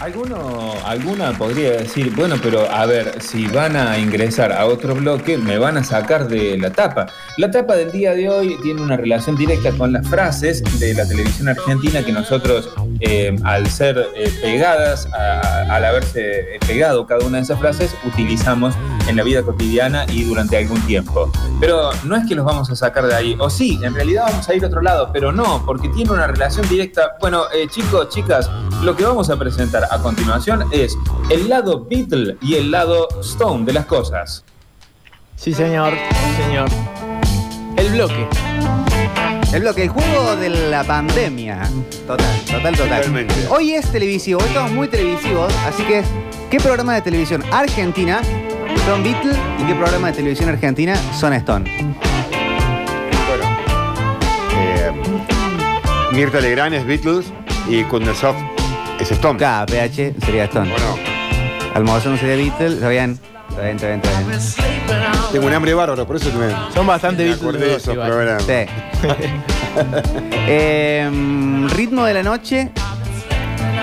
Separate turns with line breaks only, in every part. Alguno, alguna podría decir, bueno, pero a ver, si van a ingresar a otro bloque, me van a sacar de la tapa. La tapa del día de hoy tiene una relación directa con las frases de la televisión argentina que nosotros, eh, al ser eh, pegadas, a- al haberse pegado cada una de esas frases, utilizamos en la vida cotidiana y durante algún tiempo. Pero no es que los vamos a sacar de ahí. O sí, en realidad vamos a ir a otro lado, pero no, porque tiene una relación directa. Bueno, eh, chicos, chicas, lo que vamos a presentar a continuación es el lado Beatle y el lado Stone de las cosas.
Sí, señor. Sí, señor. El bloque.
El bloque, el juego de la pandemia. Total, total, total.
Totalmente.
Hoy es televisivo, hoy estamos muy televisivos, así que ¿qué programas de televisión argentina son Beatles y qué programas de televisión argentina son Stone?
Bueno, eh, Mirta Legrand es Beatles y Kundasov es Stone.
K, PH sería Stone.
Bueno,
Almozón sería Beatles, está bien, está bien, está bien, está bien.
tengo un hambre bárbaro, por eso me,
Son bastante
me
vistos
acordé de
los dos,
esos
igual.
programas.
Sí. Em, ritmo de la noche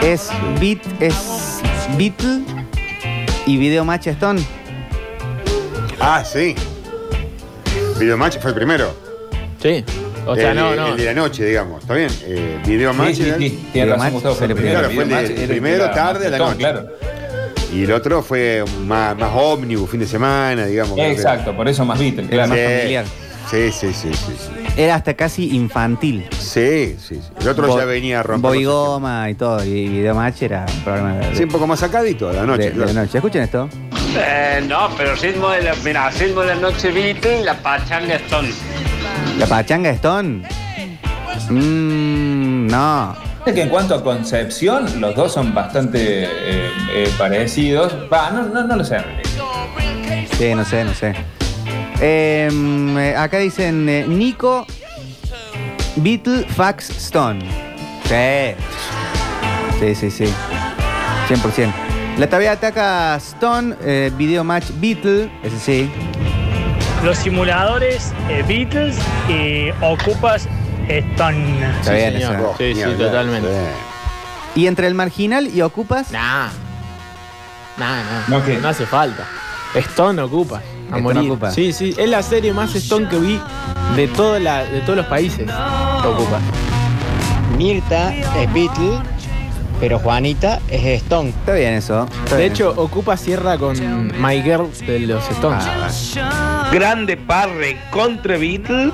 es beat es Beatle y video match Stone.
Ah, sí. Videomatch fue el primero.
Sí. O sea,
el,
no,
el-
no.
el de la noche, digamos. ¿Está bien? Eh, Videomatch era-
tiene
Videomatch
razón, Gustavo, fue el
fue
primero.
el
primero. Claro, fue el de-
Videomatch era
primero,
era
tarde, a la
Stone,
noche.
Claro.
y el otro fue más, más ómnibus, fin de semana, digamos.
Exacto, por eso más Beatle,
Era
claro.
más familiar.
Sí, sí, sí, sí. Sí,
Era hasta casi infantil.
sí, sí, sí. El otro
Bo-
ya venía a romper.
Bobby
los esquemas.
Goma y todo. Y video match era un programa de,
Sí, un poco más sacadito a la
de-
noche.
de
claro.
noche. Escuchen esto.
Eh, no, pero ritmo de la, mira, ritmo de la noche Beatle y la pachanga Stone.
La pachanga Stone. Mmm, no.
Es que en cuanto a concepción, los dos son bastante eh, eh, parecidos. Va, no, no, no lo sé.
Sí, no sé, no sé. Em, eh, acá dicen eh, Nico Beatle Fax Stone. Sí. Sí, sí, sí. 100%. La tarea ataca Stone, eh, video match Beatle, ese sí.
Los simuladores eh, Beatles y Ocupas Stone.
Está
Sí,
bien,
señor.
esa.
Sí,
Ni
sí,
hablar,
totalmente.
sí.
Y entre el marginal y ocupas.
Nah. Nah, nah.
¿No qué?
No hace falta. Stone ocupa. A
Stone
morir.
ocupa.
Sí, sí. Es la serie más Stone que vi de, toda la, de todos los países. Ocupa.
Mirta es Beatle, pero Juanita es Stone.
Está bien eso. está
De
bien
hecho, ocupa sierra con My Girl de los Stones.
Ah,
Grande Parre contra Beatle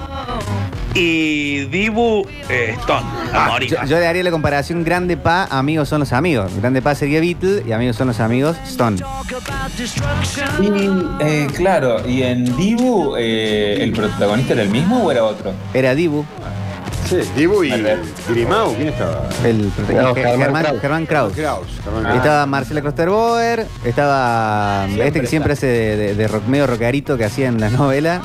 y Dibu eh, Stone. A
Ah,
morir.
Yo, yo le haría la comparación Grande Pa, amigos son los amigos. Grande Pa sería Beatle y amigos son los amigos Stone.
Y eh, claro, y en Dibu, eh, ¿el protagonista era el mismo o era otro?
Era Dibu,
Sí, Dibu y
Albert.
Grimau, ¿quién estaba?
el prota-
No,
Ge-
Germán
Germán,
Kraus.
Germán Kraus.
Kraus.
Ah.
Estaba Marcela Crosterboer, estaba
Siempre
este que siempre hace de, de- de rock, medio rockerito que hacía en la novela.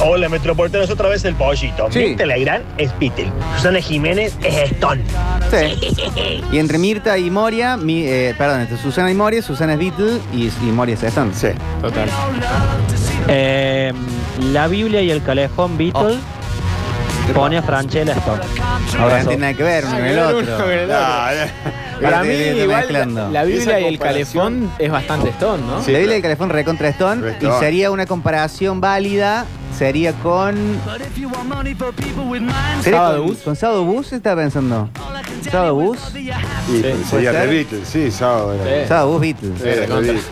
Hola, Metropolitanos, otra vez el pollito.
Sí.
Mirta Legrand es Beatle. Susana Jiménez es Stone.
Sí. Y entre Mirta y Moria, mi- eh, perdón, entre Susana y Moria, Susana es Beatle y, y Moria es Stone.
Sí.
Total.
la Biblia y el calejón Beatle pone a Franchella Stone.
Ahora no tiene nada que ver uno con el otro.
Ah,
Para mí,
Te- te- te
igual,
mezclando.
la, la Biblia
Esa
y el
comparación-
calefón es bastante Stone, ¿no?
Sí,
la
claro.
Biblia del Calefón recontra Stone
Stone.
y sería una comparación válida, sería con... sería
Sábado
con,
Bus.
¿Con Sábado Bus estaba pensando? ¿Sábado Bus?
Y
Sí,
sería
puede
The
ser.
Beatles, sí, sábado. era.
Sí.
Sábado Bus Beatles.
Era The
Recontra.
Beatles.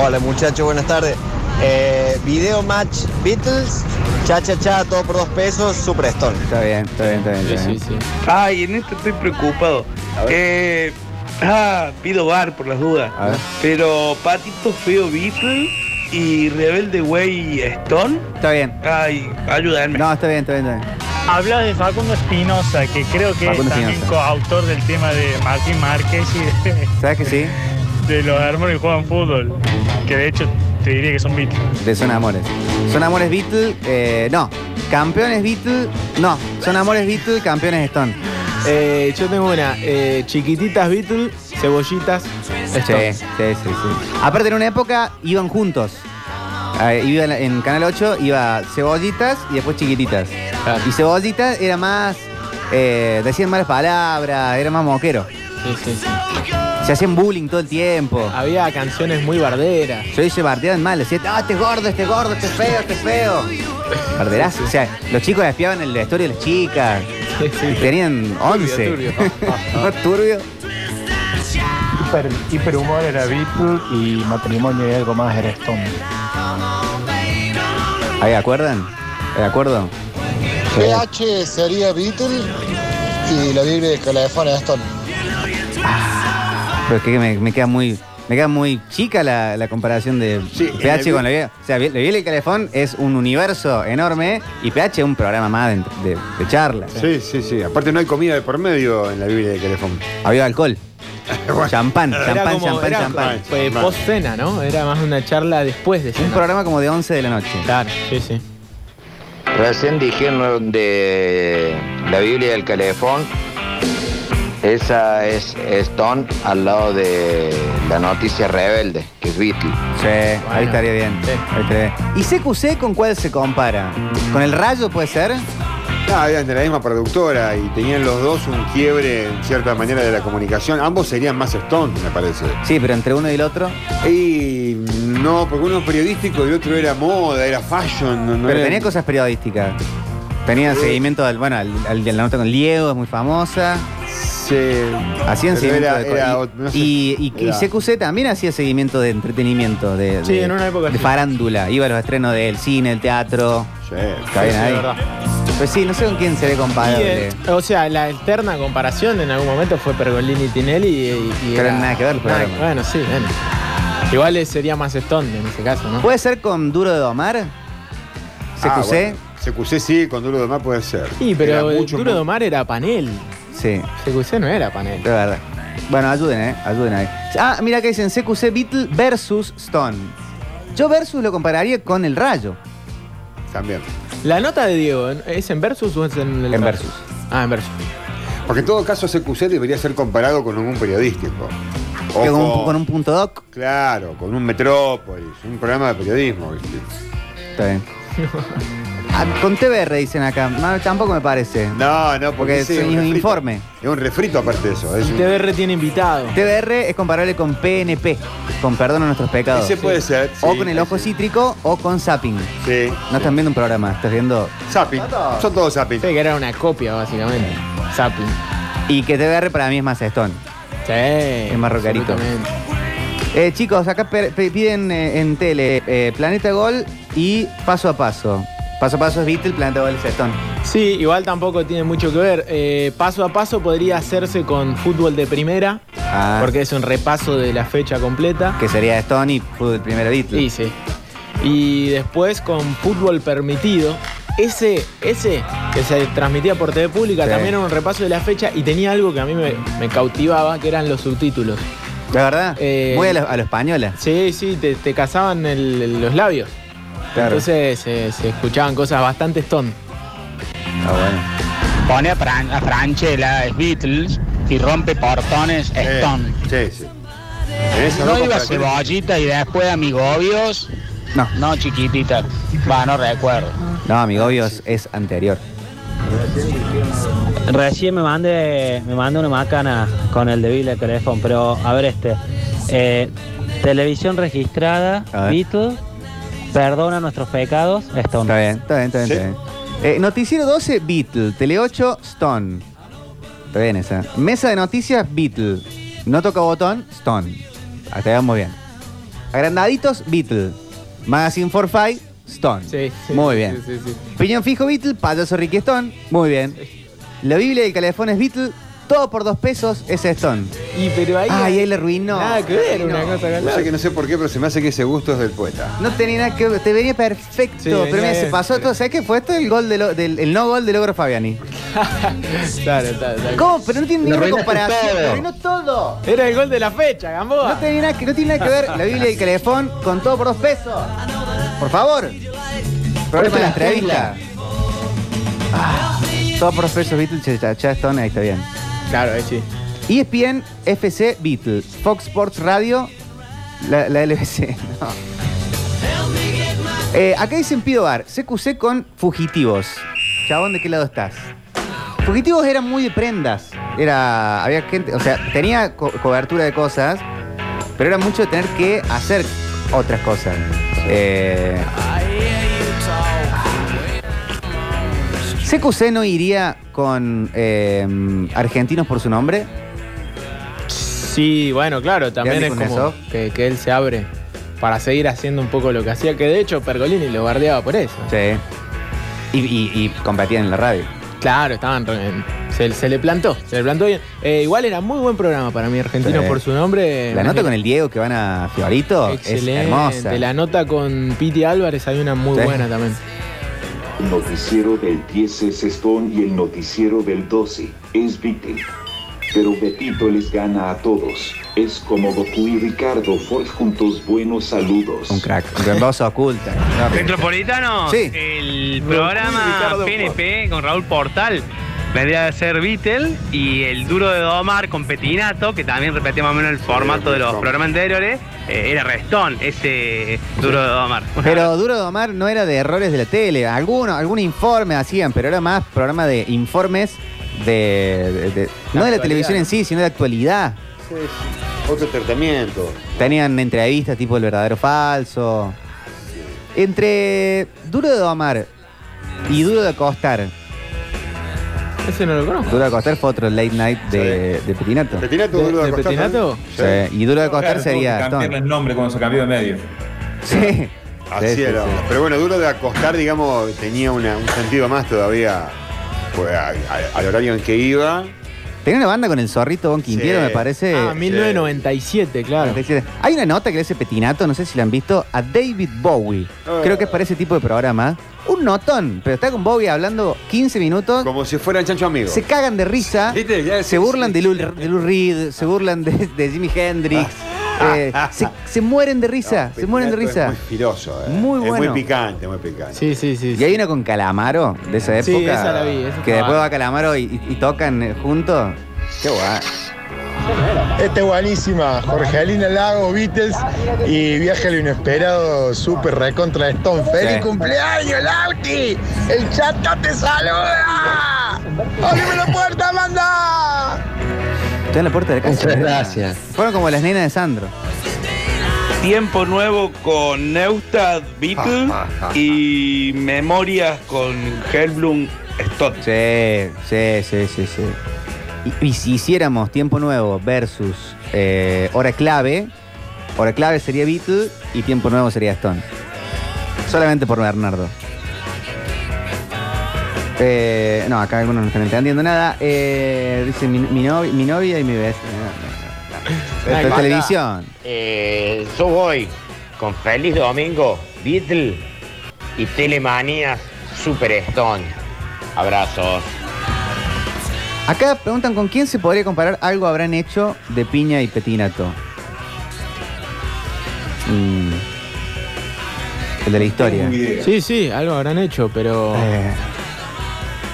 Hola muchachos, buenas tardes. Eh, video match Beatles, cha cha cha, todo por dos pesos, super Stone.
Está bien, está bien, está bien.
Sí,
está
sí,
bien.
sí.
Ay, en esto estoy preocupado. Eh, ah, pido bar por las dudas.
A ver.
Pero Patito Feo Beatle y Rebelde Way Stone.
Está bien.
Ay, ayúdame.
No, está bien, está bien, está bien.
Habla de Facundo Espinosa, que creo que
Facundo
es también
Espinosa.
coautor del tema de Martín Márquez y de,
¿Sabes que sí?
de los hermanos que juegan fútbol. Que de hecho te diría que son Beatles.
De Son Amores. Son Amores Beatles, eh, no. Campeones Beatles, no. Son Amores Beatles, campeones Stone.
Eh, yo tengo una. eh, chiquititas Beatles, cebollitas
Sí,
Stone.
sí, sí, sí. Aparte, en una época iban juntos. Eh, iba en, en Canal 8 iba cebollitas y después chiquititas.
Claro.
Y cebollitas era más eh, decían malas palabras, era más moquero.
Sí, sí, sí.
Se hacían bullying todo el tiempo.
Había canciones muy barderas.
Yo hice bardeaban mal, decían, ah, este es gordo, este es gordo, este es feo, este es feo. Barderas, o sea, los chicos espiaban el vestuario de las chicas.
Sí, sí.
Tenían 11.
turbio.
¿No es turbio?
hiperhumor era Beatle y matrimonio y algo más era Stone.
Ahí, ¿acuerdan? ¿De acuerdo?
PH sería Beatle y la Biblia de Calafón es Stone.
Pero es que me, me queda muy. Me queda muy chica la, la comparación de
Sí, en
PH
el-
con la vida. O sea, la vida y el calefón es un universo enorme y PH es un programa más de, de- de charla.
Sí, sí, sí. Aparte no hay comida de por medio en la Biblia de Calefón.
Había alcohol. champán,
Era
champán,
como-
champán,
era
champán.
como, eh, post-cena, ¿no? Era más una charla después de
Un
cena.
programa como de 11 de la noche.
Claro, sí, sí.
Recién dijeron de la Biblia del calefón. Esa es Stone al lado de la noticia rebelde, que es Beatle.
Sí, ahí estaría bien.
sí.
Ahí estaría bien. ¿Y CQC con cuál se compara? ¿Con el rayo puede ser?
Ah, eran de la misma productora y tenían los dos un quiebre en cierta manera de la comunicación. Ambos serían más Stone, me parece.
Sí, pero entre uno y el otro.
Y no, porque uno es periodístico y el otro era moda, era fashion. no- no
Pero
era-
tenía cosas periodísticas. Tenía seguimiento del, bueno, al, al de la nota con Liego, es muy famosa.
Se-
Hacían
pero
seguimiento
era-
de
era
co-
ot- no sé.
y, y, y- y
Era-
CQC también hacía seguimiento de entretenimiento, de,
Sí,
de-
en una época
de
sí.
farándula. Iba a los estrenos del cine, el teatro.
Sí.
Está bien
Sí, sí,
ahí.
es verdad.
Pues sí, no sé con quién seré
Y,
comparable.
eh, o sea, la alterna comparación en algún momento fue Pergolini y Tinelli y, y- y
Pero nada que ver el programa.
que- Bueno, sí, bueno. Igual eh, sería más Stone en ese caso, ¿no?
¿Puede ser con Duro de Domar? ¿CQC?
Ah, bueno. CQC sí, con Duro de Mar puede ser.
Sí,
Era
pero el
mucho
Duro
mu-
de Omar era panel.
Sí.
CQC no era panel.
De verdad. Bueno, ayuden, ¿eh? Ayuden ahí. Ah, mira que dicen CQC Beatle versus Stone. Yo versus lo compararía con el rayo.
También.
La nota de Diego, ¿es en versus o es en el
En
rayo?
versus.
Ah, en versus.
Porque en todo caso CQC debería ser comparado con algún periodístico. O
Que con, un, con un punto doc.
Claro, con un Metrópolis, un programa de periodismo. ¿viste?
Está bien. Ah, con TBR dicen acá. No, tampoco me parece.
No, no,
Porque
porque ese
es un
refrito.
informe.
Es un refrito aparte de eso. es un-
TBR tiene invitado.
TBR es comparable con PNP, con perdón a nuestros pecados.
Ese puede ser.
O
sí,
con el ojo
sí.
cítrico o con zapping.
Sí.
No están viendo un programa, estás viendo.
Zapping. Son todos zapping.
Sí, que era una copia, básicamente. Zapping.
Y que TBR para mí es más Stone.
Sí. Es
más rocarito. Eh, chicos, acá per- pe- piden eh, en tele eh, Planeta Gol y Paso a Paso. Paso a Paso es Beatle, Planeta Gol es Stone.
Sí, igual tampoco tiene mucho que ver. Eh, paso a paso podría hacerse con fútbol de primera,
Ah,
porque es un repaso de la fecha completa.
que sería Stone y fútbol primero Beatle.
Sí, sí. Y después con fútbol permitido. Ese, ese que se transmitía por TV Pública
Sí.
también era un repaso de la fecha y tenía algo que a mí me, me cautivaba, que eran los subtítulos.
La verdad,
Eh,
muy a lo, a lo española.
Sí, sí, te, te cazaban el- el- los labios.
Claro.
Entonces se, se escuchaban cosas bastante stone.
Ah, bueno.
Pone a, Fran a Franchella, es Beatles, y rompe portones, es
Eh,
Stone.
Sí, sí. En esas
No
dos
iba
comparaciones-
cebollita y después amigobios.
No.
No, chiquitita. Va, no recuerdo.
No, amigo, obvio es, es anterior.
Recién me mandé, me mandé una macana con el de Biblia Teléfono, pero a ver este. Eh, televisión registrada,
A ver.
Beatle, perdona nuestros pecados, Stone.
Está bien, está bien, está bien. está bien. Eh, noticiero 12, Beatle. Tele 8, Stone. Está bien esa. Mesa de noticias, Beatle. No toca botón, Stone. Hasta ahí muy bien. Agrandaditos, Beatle. Magazine for Five, Stone.
Sí, sí,
muy
sí,
bien.
sí, sí, sí.
Piñón fijo, Beatle. Payaso Ricky Stone. Muy bien. La Biblia del calefón es Beatle. Todo por dos pesos es Stone.
Y pero ahí.
Ay, ahí le arruinó.
Nada que ver una
Arruinó.
cosa con
No
la
sé que
otra.
no sé por qué, pero se me hace que ese gusto es del poeta.
No tenía nada que ver, te venía perfecto.
Sí,
pero
venía
mira, se
bien.
pasó todo. ¿Sabes qué fue esto? El gol de lo- del el no gol de Logro Fabiani.
Claro, claro, claro.
¿Cómo? Pero no tiene
Lo
ninguna
arruinaste
comparación.
todo.
Lo arruinó todo.
Era el gol de la fecha, Gamboa.
No tiene, nada que, no tiene nada que ver la Biblia del calefón con todo por dos pesos. Por favor. Problema de la entrevista. Ah, todo por dos pesos, Beatles, Chachá, Stone, ahí está bien.
Claro, ahí sí.
ESPN, FC, Beatles, Fox Sports Radio, la, la LBC. no. Eh, acá dicen Pido Bar, CQC con fugitivos. Chabón, ¿de qué lado estás? fugitivos eran muy de prendas. Era. Había gente. O sea, tenía co- cobertura de cosas, pero era mucho de tener que hacer otras cosas. Eh, CQC no iría con eh, Argentinos por su nombre.
Sí, bueno, claro, también
Andy
es como
Kuznetsov.
que, que él se abre para seguir haciendo un poco lo que hacía, que de hecho Pergolini lo bardeaba por eso.
Sí. Y, y- y competían en la radio.
Claro, estaban. re- en- se, se le plantó, se le plantó bien. Eh, igual era muy buen programa para mí, Argentino
Sí.
por su nombre.
La nota con el Diego que van a Fiorito
Eh, Excelente.
es hermosa.
La nota con Piti Álvarez hay una muy
Sí.
buena también.
El noticiero del 10 es Stone y el noticiero del 12 es Beatle. Pero Betito les gana a todos. Es como Goku y Ricardo Ford juntos. Buenos saludos.
Un crack. Un voz oculta. No, pero-
Metropolitano,
Sí.
el programa PNP con Raúl Portal vendría a ser Beatle y el duro de Domar con Petinato, que también repetía más o menos el formato de los programas anteriores, eh, era Restón, ese duro de Domar.
Pero Duro de Omar no era de errores de la tele. Alguno, algún informe hacían, pero era más programa de informes de. de- de- no de la
actualidad,
televisión en sí, sino de actualidad.
Otro tratamiento.
Tenían entrevistas tipo el verdadero o falso. Entre Duro de Omar y Duro de Acostar.
Ese no lo conozco.
Duro de Acostar fue otro late night de, de Petinato.
¿Petinato,
¿De-
Duro
de
Acosta,
Petinato?
¿no?
Sí. Y Duro de Acostar sería
Cambiarle
Stone.
el nombre cuando se cambió de medio.
Sí.
Así
Sí, sí,
era.
sí.
Pero bueno, duro de acostar, digamos, tenía una- un sentido más todavía pues, a- a- al horario en que iba.
Tenía una banda con el zorrito Bon Quintiero,
Sí.
me parece.
Ah, 1997, claro.
47. Hay una nota que le hace Petinato, no sé si la han visto, a David Bowie. Creo que es para ese tipo de programa. Un notón, pero está con Bowie hablando 15 minutos.
Como si fueran chancho amigos.
Se cagan de risa.
¿Viste? Ya
Se
sí,
burlan
sí.
de Lou, de Lou Reed, se burlan de, de Jimi Hendrix. eh, se, se mueren de risa, se mueren de
Petinato
risa.
Ah, Es muy filoso, eh.
Muy
Es
bueno.
muy picante, muy picante.
Sí, sí, sí.
Y hay una con Calamaro de esa época.
Sí, esa la vi, esa
que
estaba.
después va Calamaro y, y- y tocan eh, juntos. Qué guay.
Esta Este es buenísima. Jorgelina Lago, Beatles y viaje a lo inesperado, súper recontra Stone. ¡Feliz
Sí.
cumpleaños, Lauti! ¡El chato te saluda! ¡Ábreme la puerta, manda!
Está en la puerta de la casa.
Muchas gracias.
Fueron como las nenas de Sandro.
Tiempo nuevo con Neustadt Beatle
Ah,
y Memorias con Helblum Stott.
Sí, sí, sí, sí, sí. Y, y si hiciéramos Tiempo Nuevo versus eh, Hora Clave, Hora Clave sería Beatle y Tiempo Nuevo sería Stone. Solamente por Bernardo. Eh, no, acá algunos no están entendiendo nada. Eh, dice mi, mi novi- mi novia y mi vecina. Esto es
Basta.
televisión.
Eh, yo voy con Feliz Domingo, Beatle y Telemanías Super Stone. Abrazos.
Acá preguntan con quién se podría comparar algo habrán hecho de piña y petinato. Mm. El de la historia. Eh,
Sí, sí, algo habrán hecho, pero.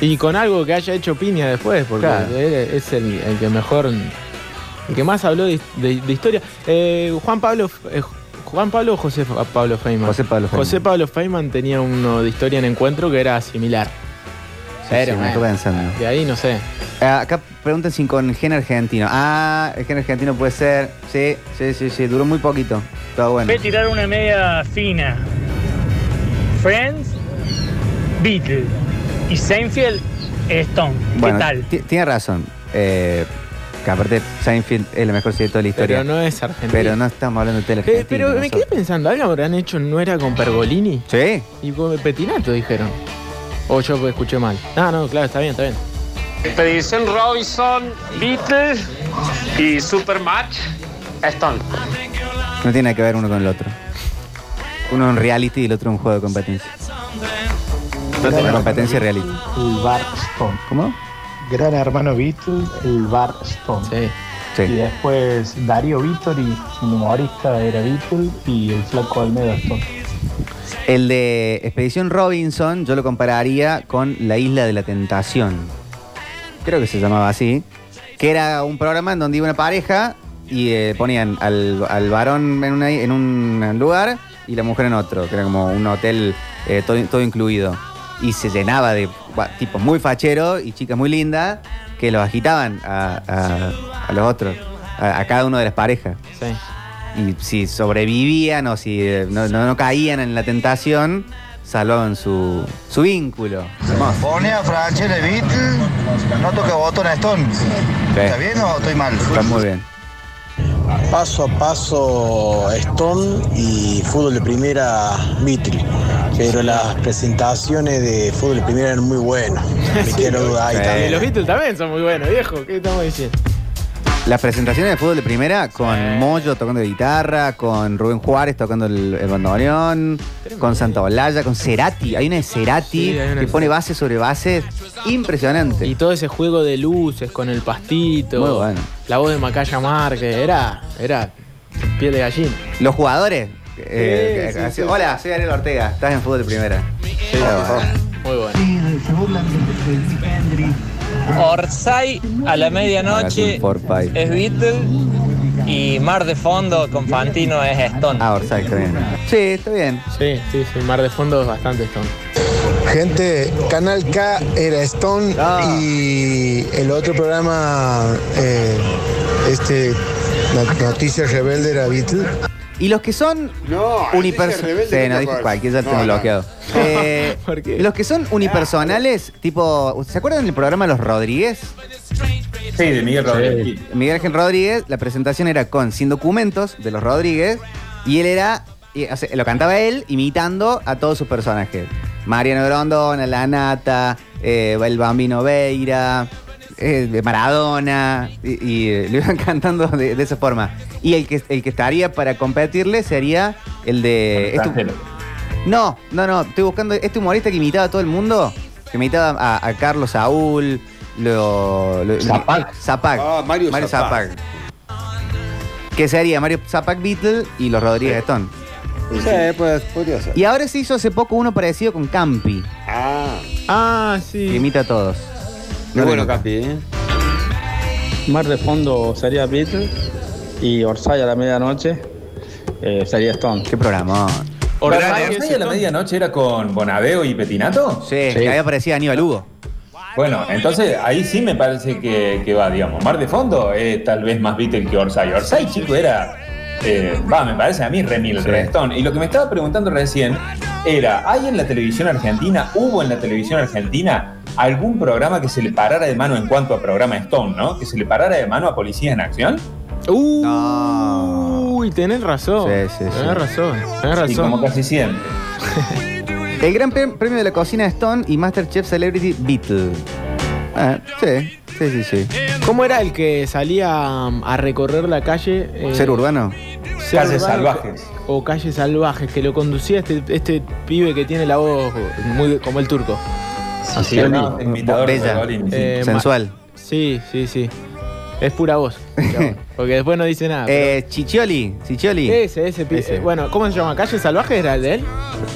Y con algo que haya hecho Piña después, porque
Claro.
él es el, el que mejor. El que más habló de, de- de historia. Eh, Juan Pablo. eh, Juan Pablo o José Fa- Pablo Feynman.
José Pablo Feynman.
José Pablo Feynman tenía uno de historia en encuentro que era similar. Pero,
sí, me
bueno,
estoy pensando.
de ahí no sé.
Eh, acá preguntan si con gen argentino. Ah, el gen argentino puede ser. Sí, sí, sí, sí. Duró muy poquito. Todo bueno.
Voy a tirar una media fina. Friends, Beatle. Y Seinfeld, Stone. ¿Qué
Bueno,
tal?
ti- tiene razón. Eh, que aparte Seinfeld es la mejor serie de toda la historia.
Pero no es argentino.
Pero no estamos hablando de tele
Eh,
argentina.
pero me quedé pensando, ¿algo habrán hecho no era con Pergolini?
Sí.
Y con Petinato dijeron. O yo escuché mal. Ah, no, claro, está bien, está bien.
Expedición Robinson, Beatle y Supermatch, Stone.
No tiene nada que ver uno con el otro. Uno en reality y el otro en juego de competencia. La competencia es reality.
El Bar Stone.
¿Cómo?
Gran hermano Beatle, el Bar Stone.
Sí.
Sí.
Y después Darío Vittori, un humorista, era Beatle y el flaco Almeida Stone.
El de Expedición Robinson yo lo compararía con La Isla de la Tentación. Creo que se llamaba así. Que era un programa en donde iba una pareja y eh, ponían al, al varón en, una- en un lugar y la mujer en otro. Que era como un hotel eh, todo, todo incluido. y se llenaba de gua- tipos muy facheros y chicas muy lindas que los agitaban a, a- a los otros, a, a cada uno de las parejas.
Sí.
Y si sobrevivían o si eh, no, no- no caían en la tentación, salvaban su, su vínculo. Hermoso.
Pone a Franchelle Beatle, no toca botón a Stone. ¿Está bien o estoy mal?
Está muy bien.
Paso a paso Stone y fútbol de primera Beatle. Pero las presentaciones de fútbol de primera eran muy buenas. Me quiero dudar ahí
Y los
también.
Beatles también son muy buenos, viejo. ¿Qué estamos diciendo?
Las presentaciones de fútbol de primera con Moyo tocando guitarra, con Rubén Juárez tocando el, el bandoneón, con Santa Olalla, con Cerati. Hay una de Cerati
Sí, hay una
que
de-
pone base sobre base impresionante.
Y todo ese juego de luces con el pastito.
Este. Muy bueno.
La voz de Macaya Márquez. Era, era piel de gallina.
Los jugadores. eh,
Sí,
que-
sí, sí.
Hola, soy Ariel Ortega, estás en fútbol de primera.
Muy bueno.
Orsay a la medianoche
Por Pai.
es Beatle y Mar de Fondo con Fantino es Stone.
Ah, Orsay, está bien. Sí, está bien.
Sí, sí, sí. Mar de fondo es bastante Stone.
Gente, Canal K era Stone y el otro programa, eh, este, Not- Noticias Rebelde era Beatle.
Y los que son
No,
unipersonales. Sí, no dije cualquiera, ya tengo bloqueado. Eh, los que son unipersonales, tipo. ¿Se acuerdan del programa Los Rodríguez?
Sí, de Miguel Rodríguez.
Miguel Ángel Rodríguez, la presentación era con Sin Documentos de Los Rodríguez y él era. y, o sea, lo cantaba él imitando a todos sus personajes. Mariano Grondona, La Nata, eh, el Bambino Veira, eh, Maradona, y, y, eh, lo iban cantando de, de esa forma. Y el que, el que estaría para competirle sería el de. este- no, no, no. Estoy buscando este humorista que imitaba a todo el mundo. Que imitaba a, a Carlos Saúl, lo, lo-
Zapac.
Zapac.
Ah, Mario Zapac.
Que sería Mario Zapac Beatle y los Rodríguez Stone.
Sí, pues podría ser.
Y ahora se hizo hace poco uno parecido con Campi.
Ah.
Ah, sí.
Que imita a todos.
Muy bueno, Capi, ¿eh?
¿eh? Mar de fondo sería Beatles y Orsay a la medianoche eh, sería Stone.
¿Qué programa?
Pará, ¿Orsay a la medianoche era con Bonadeo y Petinato?
Sí, que ahí aparecía Aníbal Hugo.
Bueno, entonces ahí sí me parece que, que va, digamos. Mar de fondo es tal vez más Beatle que Orsay. Orsay, chico, era. eh, va, me parece a mí Remil el Restón. Y lo que me estaba preguntando recién era: ¿hay en la televisión argentina, hubo en la televisión argentina algún programa que se le parara de mano en cuanto a programa Stone, ¿no? Que se le parara de mano a Policía en Acción?
Uy, tenés razón.
Sí, sí, sí.
Tenés razón, tenés razón.
Y como casi siempre.
El gran pre- premio de la cocina Stone y Masterchef Celebrity Beatle. Ah, sí, sí, sí, sí.
Eh.
¿Cómo era el que salía um, a recorrer la calle? eh,
Ser urbano.
ser
Calles
urbano
salvajes.
O calles salvajes, que lo conducía este, este pibe que tiene la voz muy como el turco.
sí,
que-
no, imitador de Dolin, sí.
Eh, ma-
Sensual.
Sí, sí, sí. Es pura voz. pura voz, Porque después no dice nada. pero-
Eh, Chichioli, Chichioli.
Ese, ese, pi-
Ese.
eh, bueno, ¿cómo se llama? ¿Calle Salvaje era el de él?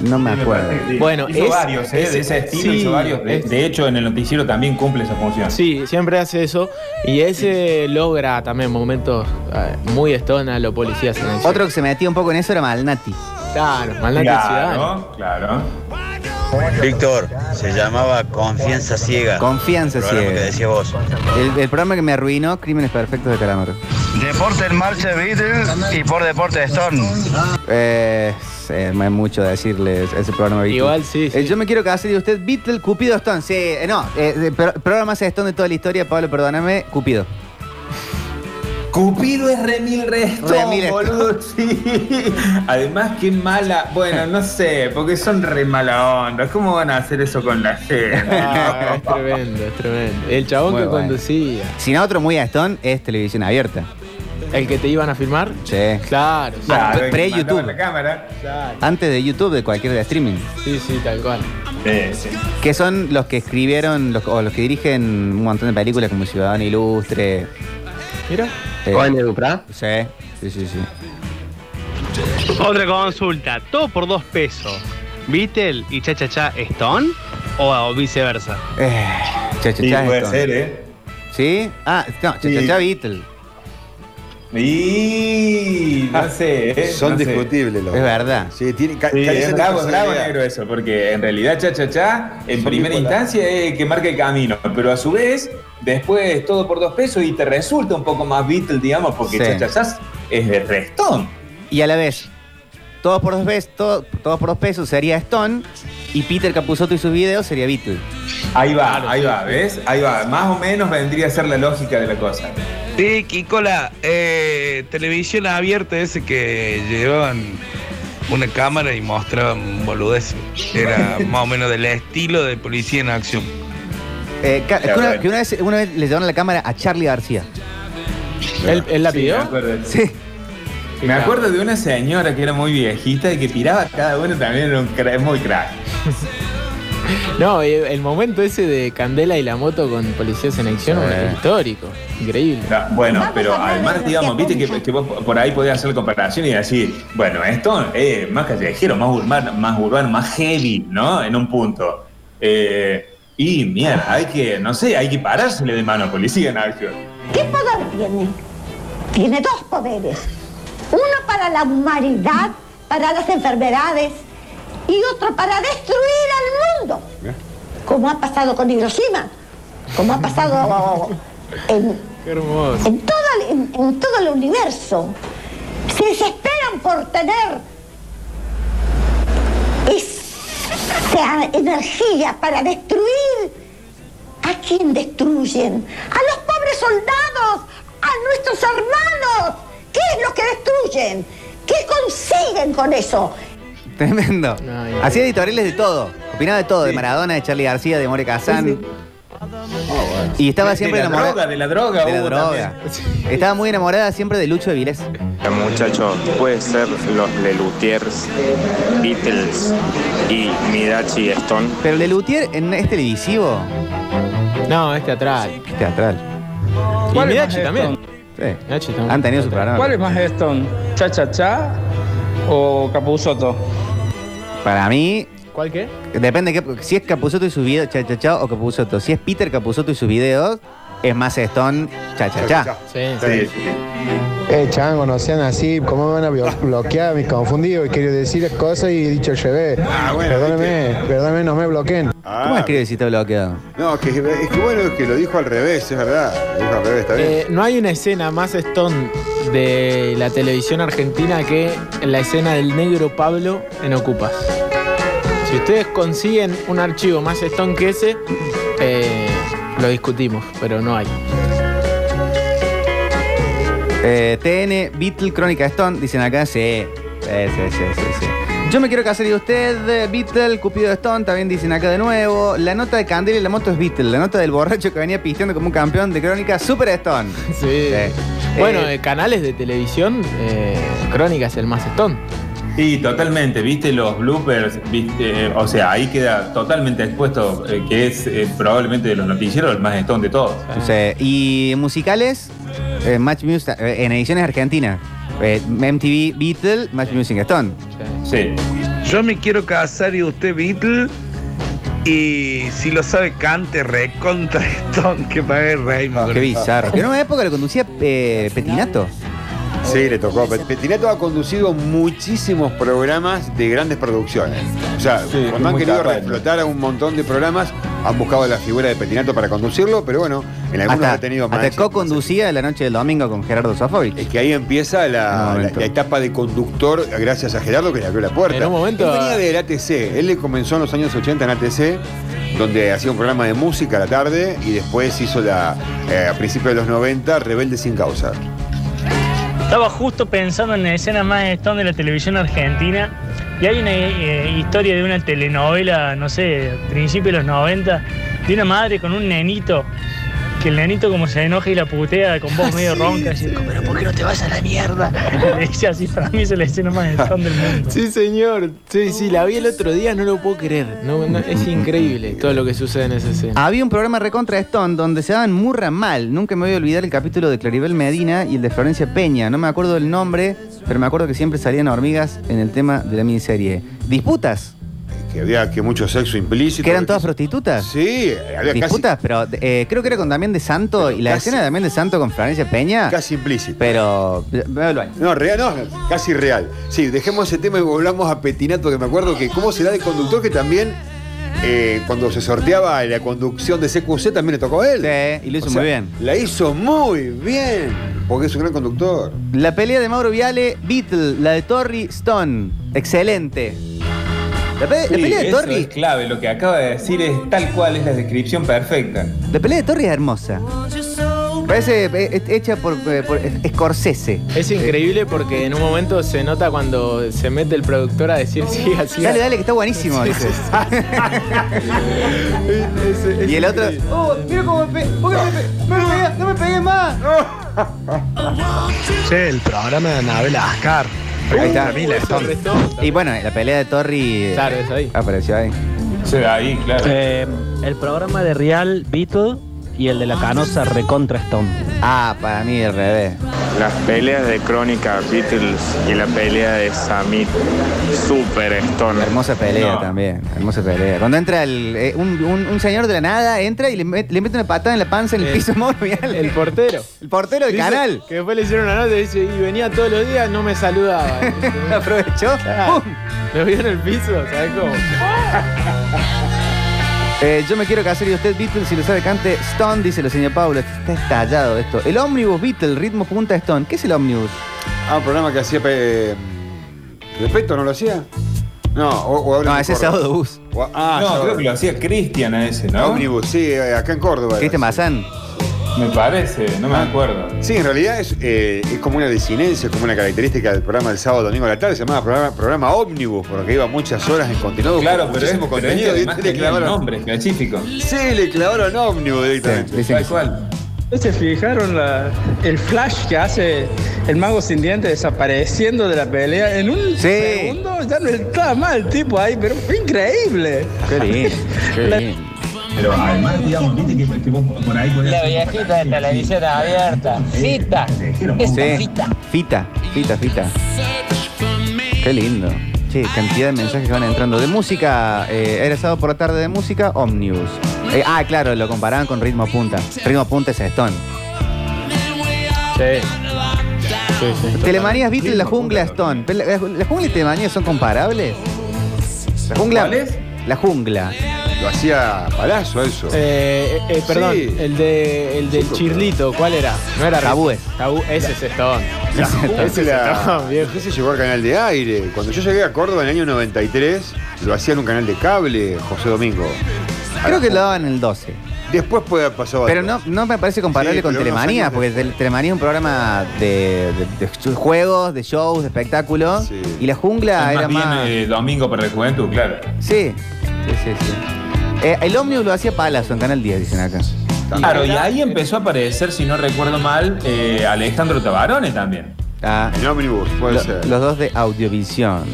No me acuerdo.
Bueno,
hizo
es-
varios, ¿eh? de ese estilo
sí,
hizo varios. De,
es-
de hecho, en el noticiero también cumple esa función.
Sí, siempre hace eso. Y ese logra también momentos eh, muy estona los policías en el
Otro que se metía un poco en eso era Malnati.
Claro, Malnati Ciudadano.
Claro, claro.
Víctor, se llamaba Confianza Ciega.
Confianza
Programa
ciega.
que decías vos.
El, el programa que me arruinó, Crímenes Perfectos de Calamaro.
Deporte en marcha Beatles y por Deporte Stone.
Eh, se me es mucho decirles ese programa. Beatle.
Igual, sí,
Eh, yo me quiero casar y usted, Beatle, Cupido Stone. Sí, eh, no, eh, eh, pro- programa más Stone de toda la historia, Pablo, perdóname, Cupido.
Cupido es Remil Resto,
Remil Restón.
boludo, sí. Además, qué mala. Bueno, no sé, porque son re mala onda. ¿Cómo van a hacer eso con la gente?
Ah, es tremendo, es tremendo. El chabón
Muy
que
bueno.
conducía.
Si no, otro muy a Stone es televisión abierta.
El que te iban a filmar.
Sí.
Claro, sí.
Claro, Pre-
que mandaban
YouTube.
La cámara.
Claro.
Antes de YouTube, de cualquier de streaming.
Sí, sí, tal cual.
Sí, sí.
Que son los que escribieron los- o los que dirigen un montón de películas como Ciudadano Ilustre.
Mira.
¿Juan Duprá? Sí, sí, sí, sí.
Otra consulta, todo por dos pesos. ¿Beatle y Cha Cha Cha Stone o, o viceversa?
Eh, cha, cha,
Sí,
cha,
puede
Stone.
ser, ¿eh?
¿Sí? Ah, no, cha, cha,
Sí.
cha, Beatle.
Y no sé, ¿eh?
Son
No sé.
discutibles los
Es verdad.
Sí, tiene, ca-
Sí,
carece
es
de
bravo,
personalidad.
bravo negro eh. eso, porque en realidad Cha Cha Cha en primera instancia es el que marca el camino, pero a su vez después todo por dos pesos y te resulta un poco más Beatle, digamos, porque
Sí.
Cha Cha Cha es de restón.
Y a la vez, todos por dos, veces, todo- todos por dos pesos sería Stone y Peter Capusotto y sus videos sería Beatle.
Ahí va, ahí va, ¿ves? Ahí va, más o menos vendría a ser la lógica de la cosa.
Sí, Kikola, eh, televisión abierta ese que llevaban una cámara y mostraban boludeces. Era más o menos del estilo de Policía en Acción.
Eh, ca-
Ya,
que una,
bueno.
que una vez, una vez le llevaron la cámara a Charlie García.
¿Él, él la pidió?
me acuerdo.
Sí.
Me acuerdo de una señora que era muy viejita y que tiraba cada uno también era un cra- muy crack.
No, eh, el momento ese de Candela y la moto con policías en acción
Sí.
es histórico, increíble.
No, Bueno, pero además, digamos, viste que, que vos por ahí podías hacer comparación y decir, bueno, esto es más callejero, más urbano, más urbano, más heavy, ¿no? En un punto. Eh, y mierda, hay que, no sé, hay que parársele de mano a policía en acción.
¿Qué poder tiene? Tiene dos poderes. Uno para la humanidad, para las enfermedades, y otro para destruir al mundo. Como ha pasado con Hiroshima, como ha pasado en, en todo, el- en- en todo el universo. Se desesperan por tener esa energía para destruir ¿A quién destruyen? A los pobres soldados, a nuestros hermanos. ¿Qué es lo que destruyen? ¿Qué consiguen con eso?
Tremendo. Hacía editoriales de todo. Opinaba de todo, de Maradona, de Charlie García, de More Kazan. Y estaba
Oh, De-
siempre
de la
enamorada.
droga, de la droga
De la
hubo
droga. Estaba muy enamorada siempre de Lucho de Vilés.
Muchachos, Este puede ser los Lelutiers, Beatles y Midachi Stone.
Pero Lelutier en es televisivo.
No, es teatral.
Es teatral.
Y
¿Cuál es
Midachi
más
también.
Stone?
Sí.
Midachi también.
Han tenido su programa.
¿Cuál es más Stone? ¿Cha Cha Cha o Capuzotto?
Para mí,
¿Cuál qué?
depende de qué- si es Capuzotto y sus videos, cha cha cha o Capuzotto. Si es Peter Capuzotto y sus videos, es más Stone, cha cha cha.
Sí.
Eh, chango, no sean así, ¿cómo me van a blo- bloquear? Me confundí, hoy quería decir cosas y he dicho al revés. perdóneme, perdóneme, no me bloqueen.
¿Cómo escribe si está bloqueado?
Ah, No, que, es que bueno, es que lo dijo al revés, es verdad. Lo dijo al revés, está bien.
Eh, no hay una escena más Stone de la televisión argentina que la escena del negro Pablo en Ocupas. Si ustedes consiguen un archivo más Stone que ese, eh, lo discutimos, pero no hay.
Eh, TN, Beatle, Crónica Stone, dicen acá, sí. Sí, sí, sí, sí, sí. Yo me quiero casar y usted, eh, Beatle, Cupido Stone, también dicen acá de nuevo. La nota de Candela y la moto es Beatle. La nota del borracho que venía pisteando como un campeón de crónica, Super Stone.
Sí. Bueno, eh, canales de televisión, eh, Crónica es el más Stone.
Sí, totalmente, viste los bloopers, ¿Viste? eh, o sea, ahí queda totalmente expuesto eh, que es eh, probablemente de los noticieros el más estón de todos.
Sí, Y musicales, eh, Match Music, eh, en ediciones argentinas. Eh, MTV, Beatle, Match Music Stone.
Sí.
Yo me quiero casar y usted Beatle. Y si lo sabe, cante recontra Stone que pague
Ah,
Raymond.
Qué bizarro. Que en una época lo conducía eh, Petinato.
Sí, le tocó. Pet- Petinato ha conducido muchísimos programas de grandes producciones. O sea, cuando han
muy
querido
capaz, ¿no?
reflotar a un montón de programas, han buscado la figura de Petinato para conducirlo, pero bueno, en algunos
Hasta,
ha tenido
hasta
más.
co-conducía la noche del domingo con Gerardo Sofovich.
Es que ahí empieza la, la- la etapa de conductor, gracias a Gerardo que le abrió la puerta.
En un momento-
Él venía del ATC. Él le comenzó en los años 80 en ATC, donde hacía un programa de música a la tarde y después hizo la, eh, a principios de los 90, Rebelde sin causa.
Estaba justo pensando en escenas más Stone de la televisión argentina y hay una eh, historia de una telenovela, no sé, principios de los 90, de una madre con un nenito, que el nenito como se enoja y la putea con voz medio ronca, así, pero ¿por qué no te vas a la mierda? Le dice así, para mí es la escena más Stone del mundo.
Sí, señor. Sí, sí, la vi el otro día, no lo puedo creer. No, no, es increíble todo lo que sucede en esa escena.
Había un programa recontra Stone donde se daban murra mal. Nunca me voy a olvidar el capítulo de Claribel Medina y el de Florencia Peña. No me acuerdo el nombre, pero me acuerdo que siempre salían hormigas en el tema de la miniserie. Disputas.
que había que mucho sexo implícito.
¿Que eran todas prostitutas?
Sí, había
Disputas, pero eh, creo que era con Damián de Santo y la
casi-
escena de Damián de Santo con Florencia Peña.
Casi implícito.
Pero. véalo ahí.
No, real, no, casi real. Sí, dejemos ese tema y volvamos a Petinato, que me acuerdo que cómo será de conductor que también, eh, cuando se sorteaba la conducción de CQC, también le tocó a él.
Sí, y lo hizo muy bien.
La hizo muy bien, porque es un gran conductor.
La pelea de Mauro Viale, Beatle, la de Torri Stone. Excelente. La, pe- la
Sí,
pelea de
eso
Torri.
es clave, lo que acaba de decir es tal cual, es la descripción perfecta.
La pelea de Torri es hermosa. Parece eh, es hecha por, eh, por Scorsese.
Es increíble porque en un momento se nota cuando se mete el productor a decir sí, así.
Dale, dale, que está buenísimo. dice. y el otro. Oh, mira cómo me pe- ¿Por qué me pe- no me pegué- no me pegué más.
Che, el programa de Anabel Ascar.
Ahí está.
Para mí la Stone.
Y bueno, la pelea de Torri.
Claro, es ahí.
Apareció ahí.
Sí, ahí, claro.
Eh, el programa de Real Beatle y el de la canosa Recontra Stone.
Ah, para mí el revés.
Las peleas de Crónica Beatles y la pelea de Samit Super Stone.
Hermosa pelea
No.
también. Hermosa pelea. Cuando entra el, eh, un, un- un señor de la nada, entra y le, met- le mete una patada en la panza en el,
El-
piso Mauro Viale.
El portero.
El portero del
Dice
canal.
Que después le hicieron una nota y dice, y venía todos los días, no me saludaba.
Aprovechó.
Claro. Lo vio en el piso, ¿sabes cómo?
Eh, yo me quiero casar y usted, Beatles, si lo sabe, cante Stone, dice la señora Paula. Está estallado esto. El ómnibus Beatles, ritmo punta Stone. ¿Qué es el ómnibus?
Ah, un programa que hacía. eh, ¿Respeto no lo hacía? No, o, o
No, ese es Sábado Bus.
O- ah,
no,
Sábado.
creo que lo hacía Cristian a ese, ¿no?
Ómnibus, sí, eh, acá en Córdoba.
Cristian este, Mazán.
Me parece, no me acuerdo.
Sí, en realidad es, eh, es como una disinencia, es como una característica del programa del sábado domingo a la tarde, se llamaba programa, programa ómnibus, porque iba muchas horas en continuado.
Claro,
con
pero es,
muchísimo
pero es que
contenido, y
además
le
tenía un
clavaron.
nombre específico.
Sí, le clavaron ómnibus directamente.
Dicen que sí.
¿Se fijaron la- el flash que hace el mago sin dientes desapareciendo de la pelea? En un segundo ya no estaba mal el tipo ahí, pero fue increíble.
Qué lindo, qué
La-
lindo.
Pero además, digamos, viste que, que vos por ahí podés
La
hacer una
viejita de televisión abierta. Cita. Esa
Sí.
cita.
Fita, fita, fita. Qué lindo. Che, cantidad de mensajes que van entrando. De música, eh, era sábado por la tarde de música, Omnibus. Eh, ah, claro, lo comparaban con Ritmo Punta. Ritmo Punta es Stone.
Eh,
Sí.
Telemanías Beatles y la jungla Stone. Pero ¿La, la jungla y Telemanías son comparables? ¿La jungla?
¿Cuáles?
La jungla.
Lo hacía Palazzo eso.
Eh, eh, eh, perdón,
Sí.
el, de, el del chirlito, ¿cuál era? No era
Tabúes.
Tabú, ese es Stone. Ese
La
es
jungla,
Stone, viejo.
¿qué se llevó al canal de aire? Cuando yo llegué a Córdoba en el año 93, lo hacía en un canal de cable, José Domingo.
Creo que lo daban en el 12.
Después puede haber pasado
Pero
algo.
no, no me parece comparable
Sí,
con
pero unos
Telemanías,
años
porque Tele- Telemanías es un programa de, de- de juegos, de shows, de espectáculos. Y la
"Uh,
jungla
Es
Ah,
más
era
bien
más.
eh, domingo para la juventud, claro.
Sí, sí, sí. sí. Eh, el ómnibus lo hacía Palazzo en Canal 10, dicen acá.
Claro, y ahí empezó a aparecer, si no recuerdo mal, eh, Alejandro Tabarone también.
Ah,
El ómnibus, puede
lo-
ser.
los dos de audiovisión.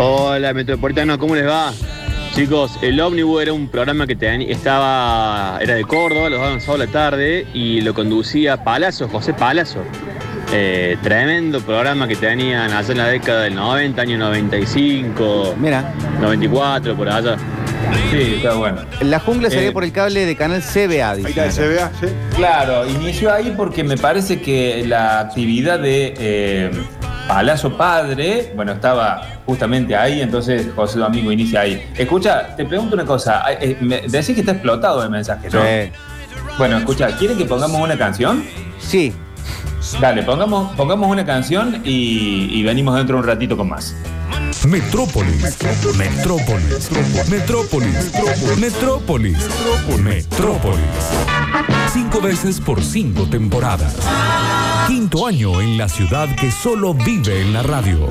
Hola Metropolitano, ¿cómo les va? Chicos, el Omnibus era un programa que ten- estaba, era de Córdoba, los daban sábado a la tarde y lo conducía Palazzo, José Palazzo. Eh, tremendo programa que tenían allá en la década del 90, año 95, 94, por allá.
Sí, está bueno.
La jungla salía
Eh,
por el cable de Canal CBA, dicen. acá.
Claro, inició ahí porque me parece que la actividad de eh, Palazzo Padre, bueno, estaba justamente ahí, entonces José Domingo inicia ahí. Escucha, te pregunto una cosa, eh, me decís que está explotado el mensaje, ¿no? Bueno, escucha, ¿quieren que pongamos una canción?
Sí.
Dale, pongamos, pongamos una canción y, y venimos dentro de un ratito con más.
Metrópolis. Metrópolis. Metrópolis. Metrópolis. Metrópolis. Cinco veces por cinco temporadas. Quinto año en la ciudad que solo vive en la radio.